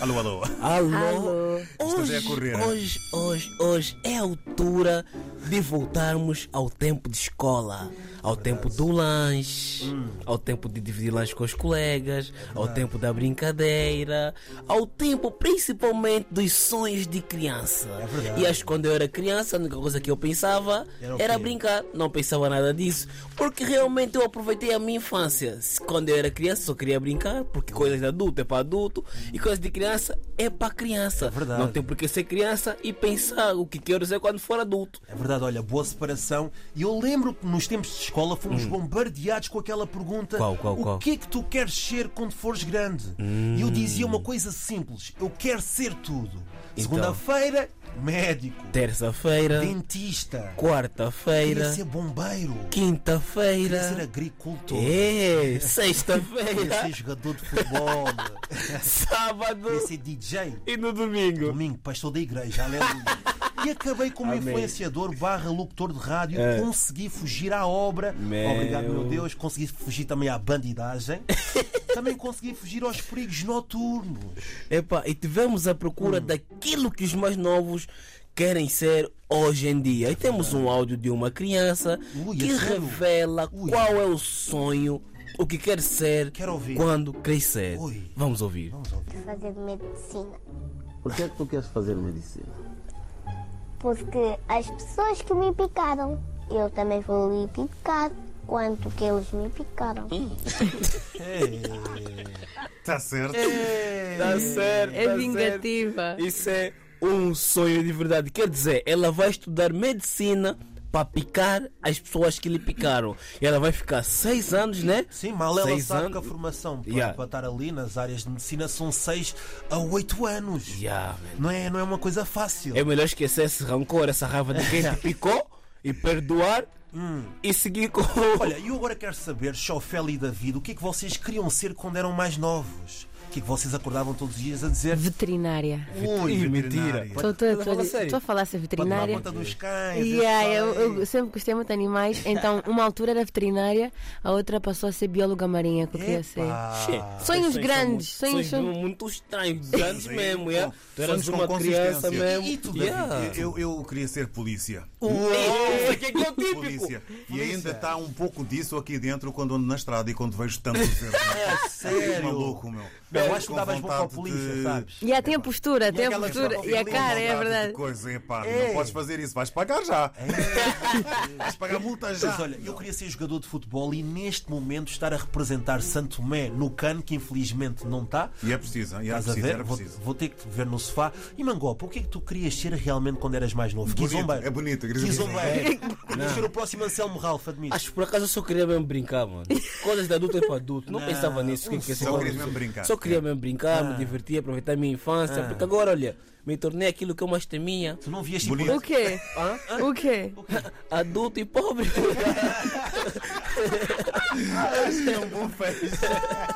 alô, alô. Alô? Alô? Estamos Hoje, aí a correr, né? hoje, hoje, hoje é a altura de voltarmos ao tempo de escola, ao tempo do lanche, ao tempo de dividir lanche com os colegas, ao tempo da brincadeira, ao tempo principalmente dos sonhos de criança. verdade. e acho que quando eu era criança, a única coisa que eu pensava Era o era quê? brincar, não pensava nada disso, porque realmente eu aproveitei a minha infância. Se- Quando eu era criança, só queria brincar, porque coisas de adulto é para adulto e coisas de criança é para criança. verdade. Não tem por que ser criança e pensar o que quero ser quando for adulto. É verdade, olha, boa separação. E eu lembro que nos tempos de escola fomos bombardeados com aquela pergunta: Hum. Qual, qual, O qual? Hum. que é que tu queres ser quando fores grande? E eu dizia uma coisa simples: Eu quero ser tudo. Então. Segunda-feira, médico. Terça-feira, Dentista. Queria quarta-feira, ser bombeiro. Queria ser quinta-feira, agricultor. é, Queria ser sexta-feira, jogador de futebol. sábado Queria ser DJ. e no domingo. Domingo, pastor da igreja, aleluia. E acabei como Amém. influenciador barra locutor de rádio. É. Consegui fugir à obra. Meu. Obrigado, meu Deus. Consegui fugir também à bandidagem. também consegui fugir aos perigos noturnos. Epá, e tivemos à procura Hum. daquilo que os mais novos querem ser hoje em dia. E temos um áudio de uma criança Ui, que é sério? revela Ui. qual é o sonho, o que quer ser Quero ouvir. quando crescer. Ui. Vamos ouvir. Vamos ouvir. fazer medicina. Por que é que tu queres fazer medicina? Porque as pessoas que me picaram, eu também vou lhe picar quanto que eles me picaram. Está certo. É. Tá certo. tá É vingativa. Isso é um sonho de verdade. Quer dizer, ela vai estudar medicina para picar as pessoas que lhe picaram. E ela vai ficar seis anos, né? Sim, mal ela Seis sabe anos. que a formação para, Yeah. para estar ali nas áreas de medicina são 6 a 8 anos. Yeah, man. Não, é, não é uma coisa fácil. É melhor esquecer esse rancor, essa raiva de quem te picou e perdoar e seguir com. Olha, e eu agora quero saber, Chofel e David, o que é que vocês queriam ser quando eram mais novos? O que é que vocês acordavam todos os dias a dizer? Veterinária. Ui, Ih, mentira. veterinária. Estou Mas fala sério. a falar ser Para tomar veterinária. conta dos cães. E eu, eu sempre gostei muito de animais, então uma altura era veterinária, a outra passou a ser bióloga marinha, que eu queria ser. Che, Sonhos são grandes, mu- sonhos são- muito estranhos, grandes mesmo, yeah. com- Tu eras sonhos com uma criança consistência. é mesmo. E tu, David? yeah. Eu, eu queria ser polícia. Ei, Isso aqui é que é o típico. Polícia. E ainda está um pouco disso aqui dentro quando ando na estrada e quando vejo tanto zero. Ah, É sério? maluco, meu. eu acho que Com davas bom para a vontade polícia, de- sabes? E há, tem a postura, tem a aquela postura história, e a tem cara, é Maldade de verdade. Coisa, epá, Ei. não podes fazer isso, vais pagar já. Vais pagar multa já. Mas É. olha, eu queria ser jogador de futebol e neste momento estar a representar Santo Tomé no cano, que infelizmente não está. E é preciso, e é Estás a preciso, ver? era Vou, preciso. vou ter que te ver no sofá. E Mangopa, o que é que tu querias ser realmente quando eras mais novo? Bonito, Quizombeiro. é bonito, querias ser Quizombeiro. Querias ser o próximo Anselmo Ralph, admito. Acho que por acaso eu só queria mesmo brincar, mano. Coisas de adulto é para adulto. Não, pensava nisso. o que é que é só ser querias adulto. mesmo brincar. Só queria mesmo brincar, me divertir, aproveitar a minha infância. Porque agora, olha, me tornei aquilo que eu mais temia. Tu não vias tipo, Bonito. O quê? O quê? Adulto e pobre. Este é um bom feixe.